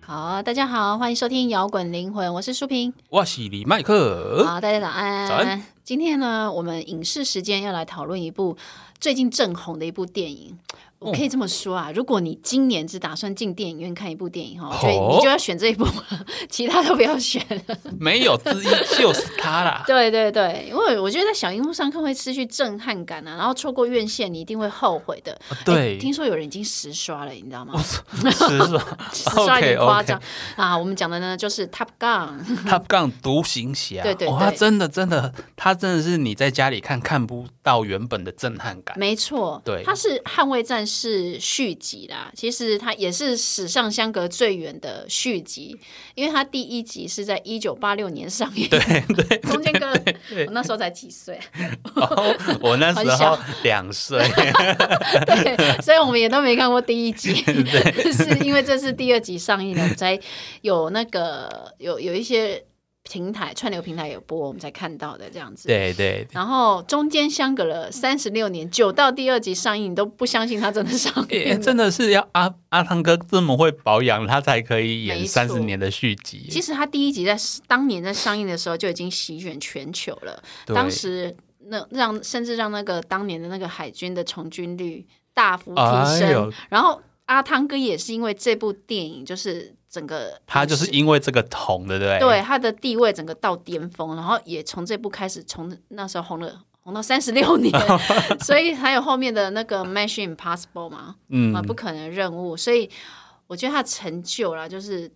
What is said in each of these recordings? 好，大家好，欢迎收听《摇滚灵魂》，我是舒平。我是李麦克。好，大家早安。呃早安今天呢，我们影视时间要来讨论一部最近正红的一部电影。哦我可以这么说啊，如果你今年只打算进电影院看一部电影哈，我觉得哦你就要选这一部， 其他都不要 选。。没有之一就是他啦对对对，因为我觉得在小荧幕上看会失去震撼感啊，然后错过院线你一定会后悔的。哎啊对，听说有人已经十刷了，你知道吗？是是吧十刷有点 OK，OK 夸张啊！我们讲的呢就是《Top Gun》。 Top Gun 独行侠，对对哇，他对真的真的，他真的是你在家里看看不到原本的震撼感。没错，对它是《捍卫战士》续集啦。其实它也是史上相隔最远的续集，因为它第一集是在一九八六年上映，对对，中间隔了我那时候才几岁，哦，我那时很候小两岁，啊对，所以我们也都没看过第一 集，是因为这是第二集上映了，我们才有那个有有一些平台串流平台有播，我们才看到的这样子。对对然后中间相隔了三十六年，九到第二集上映，你都不相信它真的上映对，诶了。真的是要阿阿汤哥这么会保养，他才可以演没错三十年的续集。其实他第一集在当年在上映的时候就已经席卷全球了，对当时那让甚至让那个当年的那个海军的从军率大幅提哎升，呦，然后阿汤哥也是因为这部电影，就是整个他就是因为这个红的，对不对？对他的地位整个到巅峰，然后也从这部开始，从那时候红了。红到三十六 年，所以还有后面的那个《Mission Impossible》嘛，嗯啊，不可能的任务，所以我觉得他的成就啦，就是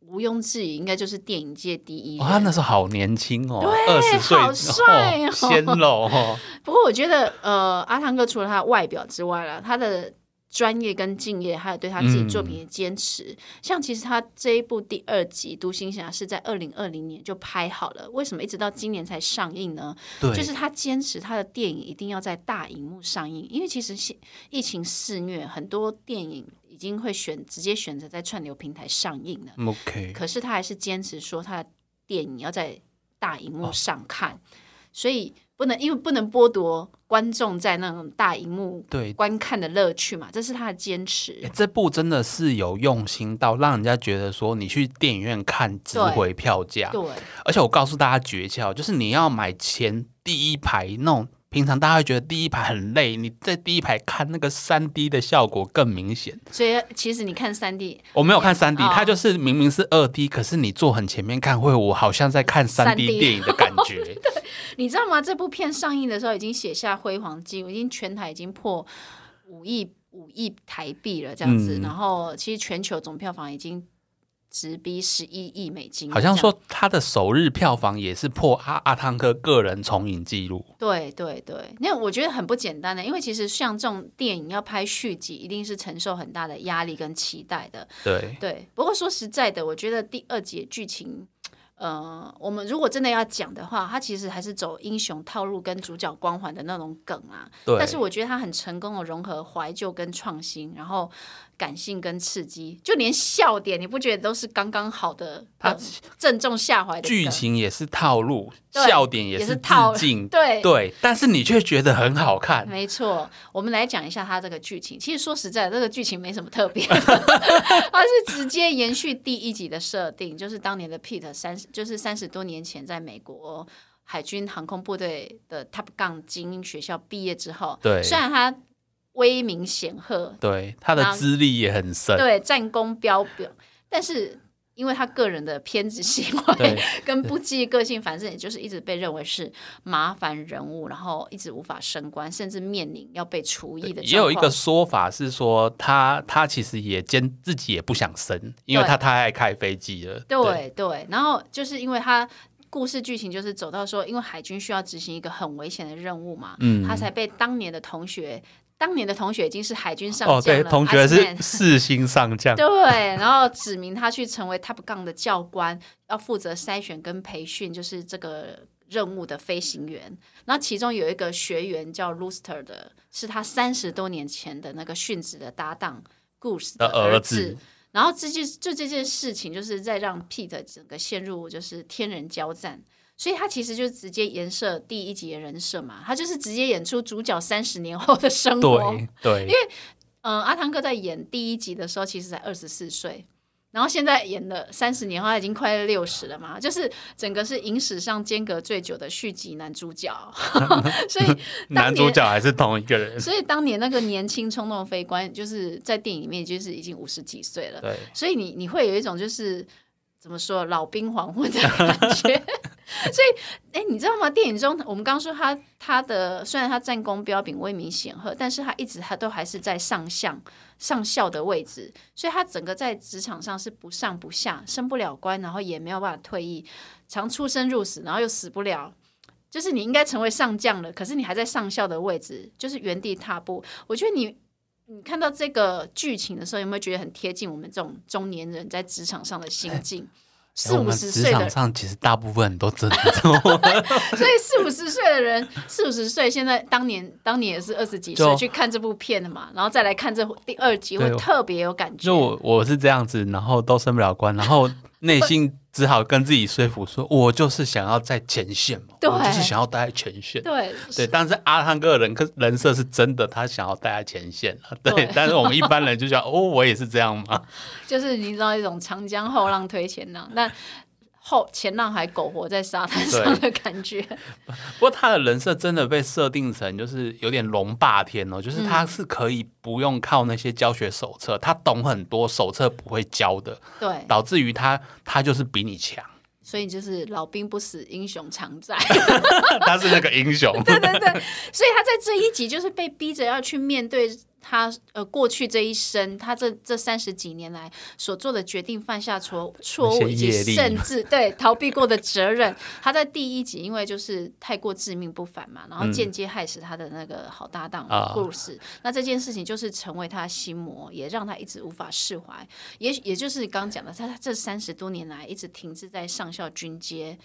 毋庸置疑，应该就是电影界第一人。哇，哦他那时候好年轻哦，对二十岁，好帅哦鲜肉 哦，不过我觉得，呃，阿汤哥除了他的外表之外啦，他的专业跟敬业，还有对他自己作品嗯的坚持，像其实他这一部第二集《独行侠》是在二零二零年就拍好了，为什么一直到今年才上映呢？对，就是他坚持他的电影一定要在大荧幕上映，因为其实现疫情肆虐，很多电影已经会选直接选择在串流平台上映了。嗯 OK，可是他还是坚持说他的电影要在大荧哦幕上看，所以不能因为不能剥夺观众在那种大荧幕对。观看的乐趣嘛，这是他的坚诶持。这部真的是有用心到让人家觉得说，你去电影院看值对回票价。对，而且我告诉大家诀窍，就是你要买前第一排那种，平常大家会觉得第一排很累，你在第一排看那个三 D 的效果更明显。所以其实你看三 D 我没有看三 D，、哦它就是明明是二 D，可是你坐很前面看，会我好像在看三 D 3D 电影的感 觉。你知道吗？这部片上映的时候已经写下辉煌记录，已经全台已经破五亿五亿台币了，这样子。嗯然后其实全球总票房已经直逼十一亿美金了，嗯好这样像说他的首日票房也是破阿阿汤哥个人重影记录。对对对，那我觉得很不简单的，因为其实像这种电影要拍续集，一定是承受很大的压力跟期待的。对，对，不过说实在的，我觉得第二集的剧情，呃，我们如果真的要讲的话，它其实还是走英雄套路跟主角光环的那种梗啊。对但是我觉得它很成功的融合怀旧跟创新，然后感性跟刺激，就连笑点你不觉得都是刚刚好的它梗，正中下怀的剧梗情也是套路，对笑点也也是是致套嗯敬，对对，但是你却觉得很好看。没错，我们来讲一下它这个剧情。其实说实在的，这个剧情没什么特 别的，它是直接延续第一集的设定，就是当年的 Pete 三十，就是三十多年前在美国海军航空部队的 Top Gun 精英学校毕业之后，对虽然他威名显赫，对，他的然后资历也很深。对战功彪炳，但是因为他个人的偏执行为对跟不羁个性，反正也就是一直被认为是麻烦人物，然后一直无法升官，甚至面临要被除役的。也有一个，说法是说，他他其实也兼自己也不想生，因为对他太爱开飞机了。对对，然后就是因为他。故事剧情就是走到说，因为海军需要执行一个很危险的任务嘛，嗯他才被当年的同学，当年的同学已经是海军上将了，哦，对，同学 Iceman 是四星上将，对，然后指明他去成为 Top Gun 的教官，要负责筛选跟培训，就是这个任务的飞行员。然后其中有一个学员叫 Rooster 的，是他三十多年前的那个殉职的搭档 Goose 的儿儿子然后这件就这件事情，就是在让 Pete 整个陷入就是天人交战。所以他其实就直接延射第一集的人设嘛，他就是直接演出主角三十年后的生活。对对，呃嗯，阿汤哥在演第一集的时候，其实才二十四岁，然后现在演了三十年后，他已经快六十了嘛，就是整个是影史上间隔最久的续集男主 角，所以男主角还是同一个人。所以当年那个年轻冲动的飞官，就是在电影里面就是已经五十几岁了，对，所以你你会有一种就是怎么说老兵黄昏的感觉。所以，哎，你知道吗？电影中我们刚说他他的虽然他战功彪炳、威名显赫，但是他一直他都还是在上相上校的位置，所以他整个在职场上是不上不下，升不了官，然后也没有办法退役，常出生入死，然后又死不了。就是你应该成为上将了，可是你还在上校的位置，就是原地踏步。我觉得你你看到这个剧情的时候，有没有觉得很贴近我们这种中年人在职场上的心境？四哎我五们十职岁的场上其实大部分人都真的就所以四五十岁的人，四五十岁，现在当年当年也是二十几岁就去看这部片的嘛，然后再来看这第二集，会对特别有感觉就。我我是这样子，然后都升不了官，然后内心只好跟自己说服说，我就是想要在前线嘛，对我就是想要待在前线。对对，但是阿汤哥的人人设是真的，他想要待在前线啊对，对但是我们一般人就想，哦，我也是这样 嘛。就是你知道一种长江后浪推前浪，但后前浪还苟活在沙滩上的感觉。不过他的人设真的被设定成就是有点龙霸天哦，就是他是可以不用靠那些教学手册，他懂很多手册不会教的，对，导致于他他就是比你强， 所以就是老兵不死，英雄常在。他是那个英雄。 对对对，所以他在这一集就是被逼着要去面对他呃过去这一生，他这这三十几年来所做的决定、犯下错错误，那些以及业力甚至对逃避过的责任。他在第一集因为就是太过致命不凡嘛，然后间接害死他的那个好搭档嗯啊故事。那这件事情就是成为他的心魔，也让他一直无法释怀。也许也就是刚刚讲的，他他这三十多年来一直停滞在上校军阶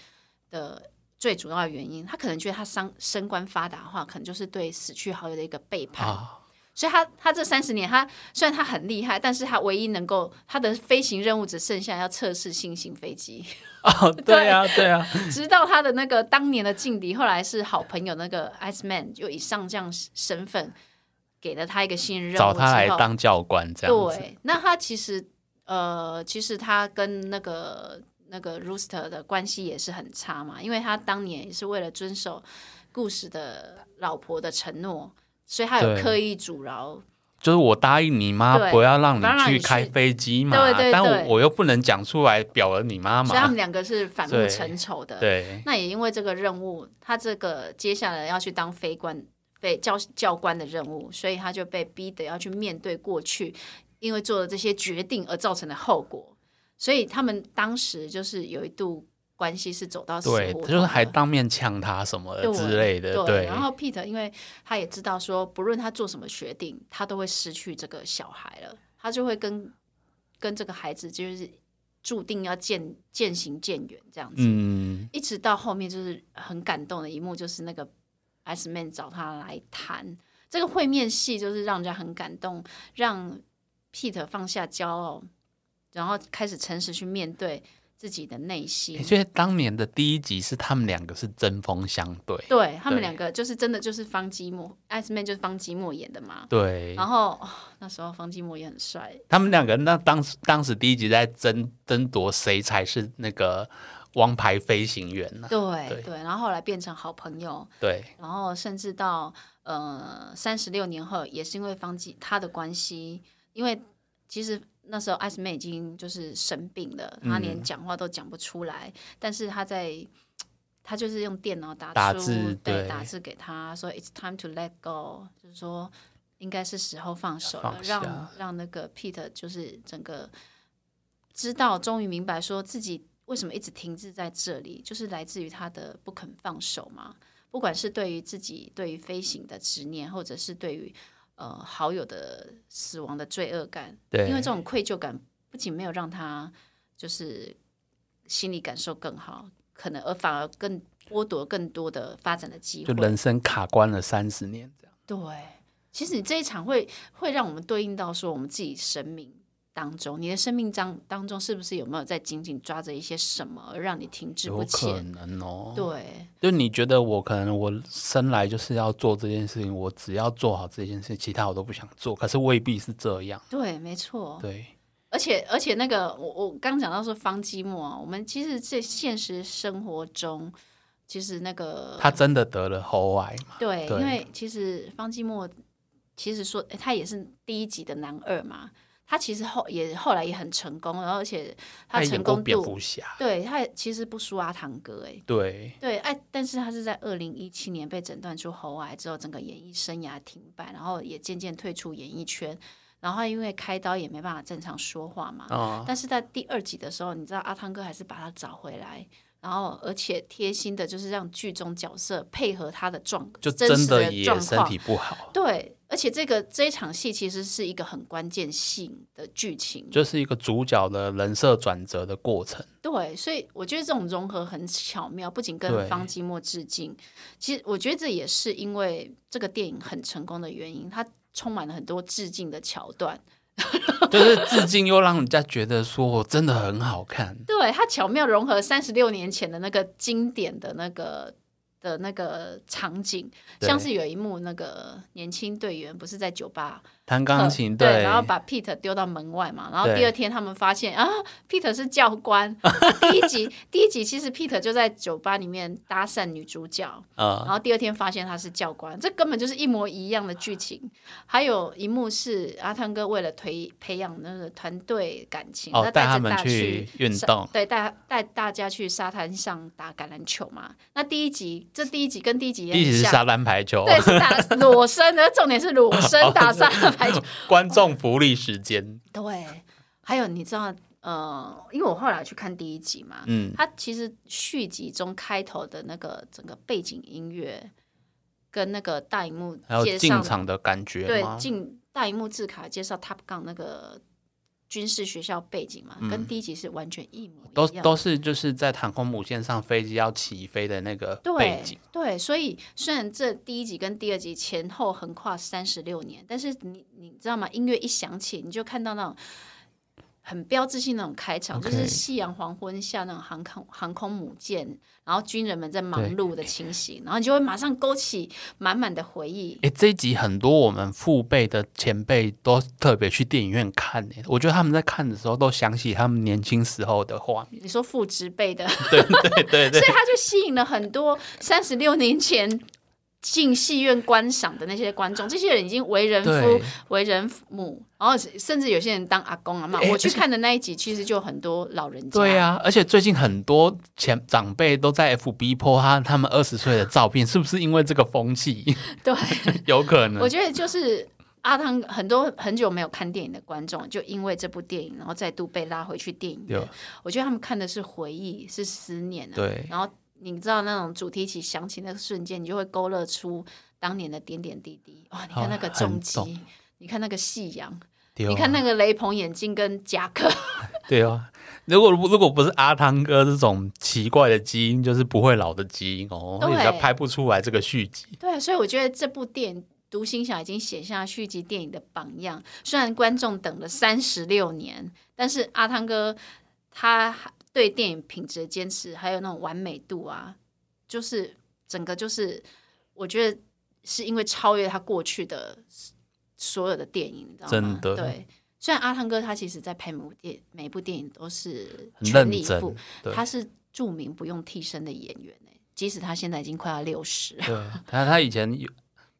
的最主要的原因，他可能觉得他升升官发达的话，可能就是对死去好友的一个背叛。啊，所以他他这三十年，他虽然他很厉害，但是他唯一能够他的飞行任务只剩下要测试新型飞机， 哦，对啊，对啊，直到他的那个当年的劲敌，后来是好朋友那个 Ice Man，就以上将身份给了他一个信任任务找之后，他来当教官这样子。对，那他其实呃，其实他跟那个那个 Rooster 的关系也是很差嘛，因为他当年也是为了遵守故事的老婆的承诺，所以他有对刻意阻挠。就是我答应你妈对不要让不要你让你去去开飞机嘛，对对但对我我又不能讲出来表了你妈所以他嘛们，两个是啊反目对成仇的。对那也因为这个任务，他这个接下来要去当非官、被教教官的任务，所以他就被逼得要去面对过去因为做了这些决定而造成的后果。所以他们当时就是有一度关系是啊走到死对，胡同就是还的当面呛他什么的对之类的，对，对然后 Peter 因为他也知道说，不论他做什么决定，他都会失去这个小孩了，他就会跟跟这个孩子就是注定要渐渐行渐远这样子。嗯，一直到后面就是很感动的一幕，就是那个 Ice Man 找他来谈这个会面戏，就是让人家很感动，让 Peter 放下骄傲，然后开始诚实去面对自己的内心也。就是欸当年的第一集是他们两个是针锋相对，对他们对两个就是真的就是方基莫，Ice Man 就是方基莫演的嘛。对，然后、哦那时候方基莫也很帅，他们两个那当时当时第一集在争争夺谁才是那个王牌飞行员呢、对啊对然后后来变成好朋友，对，然后甚至到呃三十六年后，也是因为方吉他的关系，因为其实那时候艾斯妹已经就是生病了，她嗯连讲话都讲不出来，但是她在。她就是用电脑打出打字对，对打字给他说 "It's time to let go"，就是说应该是时候放手了，放下让让那个 Pete 就是整个知道，终于明白说自己为什么一直停滞在这里，就是来自于他的不肯放手嘛。不管是对于自己对于飞行的执念，或者是对于呃好友的死亡的罪恶感，对因为这种愧疚感不仅没有让他就是心理感受更好，可能而反而更剥夺更多的发展的机就会。人生卡关了三十年这样。对，其实你这一场会会让我们对应到说我们自己生命当中，你的生命当当中是不是有没有在紧紧抓着一些什么，而让你停滞有不可前？能哦，对就你觉得我可能我生来就是要做这件事情，我只要做好这件事，其他我都不想做。可是未必是这样，对，没错。对，而且而且那个我我刚讲到说方积木啊，我们其实在现实生活中，其实那个他真的得了喉癌嘛？对，对因为其实方季莫其实说、诶他也是第一集的男二嘛，他其实后也后来也很成功，然后而且他演成过功蝙度，蝠侠，对他也其实不输阿汤哥哎、诶对，对，哎，但是他是在二零一七年被诊断出喉癌之后，整个演艺生涯停摆，然后也渐渐退出演艺圈，然后他因为开刀也没办法正常说话嘛，啊、但是在第二集的时候，你知道阿汤哥还是把他找回来，然后而且贴心的，就是让剧中角色配合他的状，就真真实的的也状身况。体不好，对，而且这个这一场戏其实是一个很关键性的剧情，就是一个主角的人设转折的过程。对，所以我觉得这种融合很巧妙，不仅对跟方季莫致敬，其实我觉得这也是因为这个电影很成功的原因，它充满了很多致敬的桥段。就是致敬又让人家觉得说我真的很好看，对，它巧妙融合三十六年前的那个经典的那个的那个场景，对像是有一幕那个年轻队员不是在酒吧弹钢琴哦对，然后把 Pete 丢到门外嘛，然后对第二天他们发现啊，Pete 是教官。 第一集第一集其实 Pete 就在酒吧里面搭讪女主角，然呃，后第二天发现他是教官，这根本就是一模一样的剧情。还有一幕是阿汤哥为了培培养那个团队感情，哦他带带他着们大去运沙动，对，带带大家去沙滩上打橄榄球嘛。那第一集，这第一集跟第一集也一起很是像，沙哦滩排球，对，是打裸身的，重点是裸身打沙滩排球。 观众福利时间，对，还有你知道，呃，因为我后来去看第一集嘛，嗯，它其实续集中开头的那个整个背景音乐跟那个大荧幕还有介进绍，场的感觉对吗，？进大荧幕字卡介绍 Top Gun 那个军事学校背景嘛，跟第一集是完全一模一样的。嗯都都是就是在航空母舰上飞机要起飞的那个背对景，对，所以虽然这第一集跟第二集前后横跨三十六年，但是你你知道吗？音乐一响起，你就看到那种很标志性那种开场 OK 就是夕阳黄昏下那种航空航空母舰，然后军人们在忙对碌的情形，然后你就会马上勾起满满的回忆。诶，这一集很多我们父辈的前辈都特别去电影院看诶，我觉得他们在看的时候都想起他们年轻时候的画面。你说父职辈的， 对对 对所对以，他就吸引了很多三十六年前进戏院观赏的那些观众，这些人已经为人夫对、为人母，然后甚至有些人当阿公阿妈。哎我去看的那一集，其实就有很多老人家。对、啊，而且最近很多前长辈都在 FB 泼他他们二十岁的照片，是不是因为这个风气？对，有可我能。觉得就是。阿汤很多很久没有看电影的观众，就因为这部电影，然后再度被拉回去电影院有。我觉得他们看的是回忆，是思念啊。对，然后你知道那种主题曲响起那个瞬间，你就会勾勒出当年的点点滴滴。哇，你看那个哦很重懂啊击，你看那个夕阳，对你看那个雷朋眼镜跟夹克， 对啊。如果如果不是阿汤哥这种奇怪的基因，就是不会老的基因哦，对人家拍不出来这个续集。对，啊所以我觉得这部电影《独行侠》已经写下续集电影的榜样。虽然观众等了三十六年，但是阿汤哥他对电影品质的坚持，还有那种完美度啊，就是整个就是，我觉得是因为超越他过去的所有的电影，你知道吗？真的对。虽然阿汤哥他其实在拍每部电每部电影都是很全力以认真赴，对他是著名不用替身的演员欸即使他现在已经快要六十，对，他他以前有《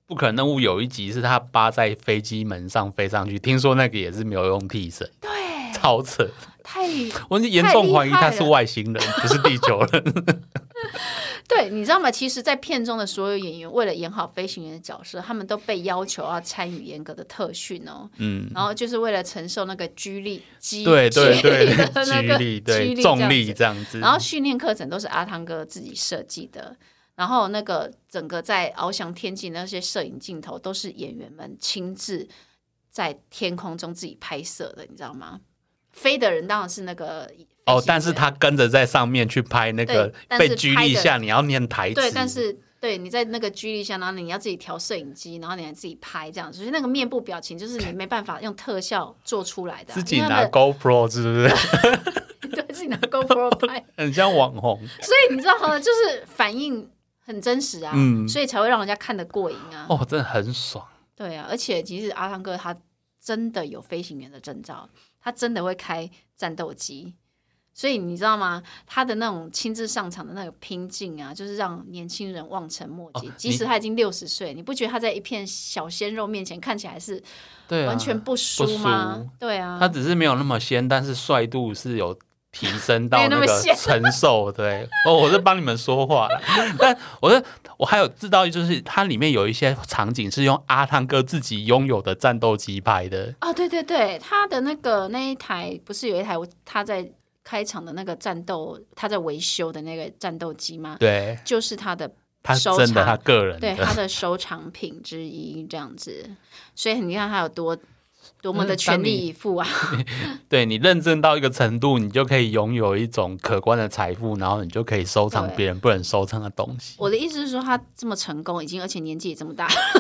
不可能任务》有一集是他扒在飞机门上飞上去，听说那个也是没有用 替身，对，超扯。 太我严重怀疑他是外星人，不是地球 人。对，你知道吗？其实，在片中的所有演员为了演好飞行员的角色，他们都被要求要参与严格的特训哦，嗯，然后就是为了承受那个居力、激对对对，居 力的那举个例居对力重这力样子这样子，然后训练课程都是阿汤哥自己设计的，然后那个整个在翱翔天际那些摄影镜头都是演员们亲自在天空中自己拍摄的，你知道吗？飞的人当然是那个飞行哦，但是员他跟着在上面去拍那个对但是被拘力下，你要念台词，对，但是对你在那个居力下，然后你要自己调摄影机，然后你还自己拍这样子，所以那个面部表情就是你没办法用特效做出来的啊、自己因为他拿们 GoPro 是不是对自己拿 GoPro 拍，很像网红？所以你知道吗？就是反应很真实啊，嗯所以才会让人家看得过瘾啊。哦，真的很爽，对啊，而且其实阿汤哥他真的有飞行员的证照，他真的会开战斗机。所以你知道吗？他的那种亲自上场的那个拼劲啊，就是让年轻人望尘莫及。哦即使他已经六十岁，你不觉得他在一片小鲜肉面前看起来是对啊，完全不输不输吗？对啊，他只是没有那么仙，但是帅度是有提升到没有那那么个仙承受。对，哦，我是帮你们说话 了。但我是我还有知道，就是它里面有一些场景是用阿汤哥自己拥有的战斗机拍的。哦，对对对，他的那个那一台不是有一台我他在开场的那个战斗，他在维修的那个战斗机吗？对，就是他的他收真的藏他个人对的。他 的收藏品之一这样子，所以你看他有多多么嗯的当全你力以赴啊！对你认证到一个程度，你就可以拥有一种可观的财富，然后你就可以收藏对别人不能收藏的东西。我的意思是说，他这么成功，已经而且年纪也这么大，他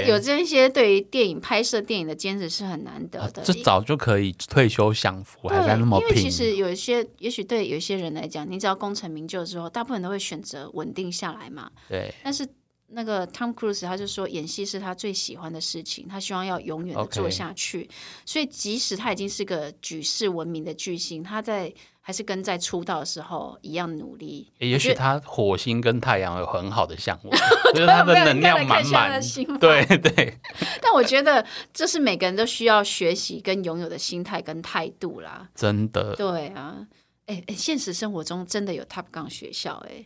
对，有这些对于电影拍摄电影的坚持是很难得啊的。这早就可以退休享福，还在那么因为拼其。实有一些，也许对有一些人来讲，你只要功成名就之后，大部分都会选择稳定下来嘛。对但是那个 Tom Cruise 他就说，演戏是他最喜欢的事情，他希望要永远的 OK 做下去。所以即使他已经是个举世闻名的巨星，他在还是跟在出道的时候一样努力。 欸也因许为他他火星跟太阳有很好的相 位，就是他的能量满满。对， 对对，但我觉得这是每个人都需要学习跟拥有的心态跟态度啦。真的，对啊，哎、哎，现实生活中真的有 Top Gun 学校哎、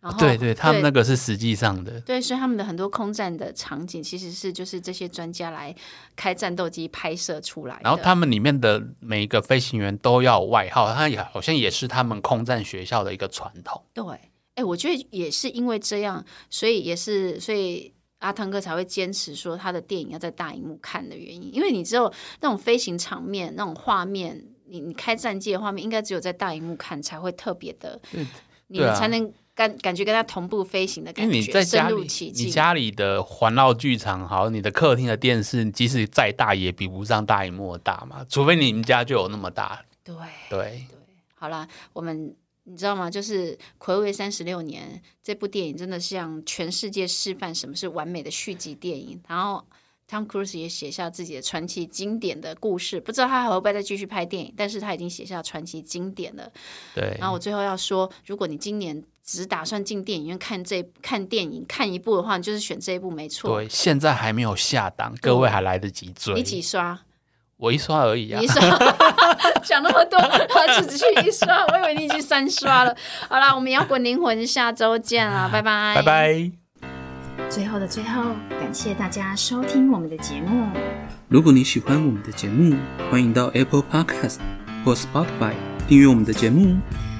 然后对对，他们对那个是实际上的，对，所以他们的很多空战的场景其实是就是这些专家来开战斗机拍摄出来的。然后他们里面的每一个飞行员都要有外号，他也好像也是他们空战学校的一个传统。对，哎，我觉得也是因为这样，所以也是所以。阿汤哥才会坚持说他的电影要在大荧幕看的原因，因为你只有那种飞行场面、那种画面，你你开战机的画面，应该只有在大荧幕看才会特别的，你对啊才能感感觉跟他同步飞行的因感为觉，你在家深入里，其境。你家里的环绕剧场好，你的客厅的电视即使再大也比不上大荧幕的大嘛，除非你们家就有那么大。对，对，好啦，我们你知道吗？就是暌违三十六年，这部电影真的向全世界示范什么是完美的续集电影。然后，Tom Cruise 也写下自己的传奇经典的故事，不知道他还会不会再继续拍电影，但是他已经写下传奇经典了。对，然后我最后要说，如果你今年只打算进电影院看这看电影看一部的话，你就是选这一部没错。对，现在还没有下档，各位还来得及追。你几刷？我一刷而已啊你一。刷， 讲那么多，他只去一刷，我以为你已经三刷了。好啦，我们摇滚灵魂下周见啦，拜拜，拜。拜。最后的最后，感谢大家收听我们的节目。如果你喜欢我们的节目，欢迎到 Apple Podcast 或 Spotify 订阅我们的节目，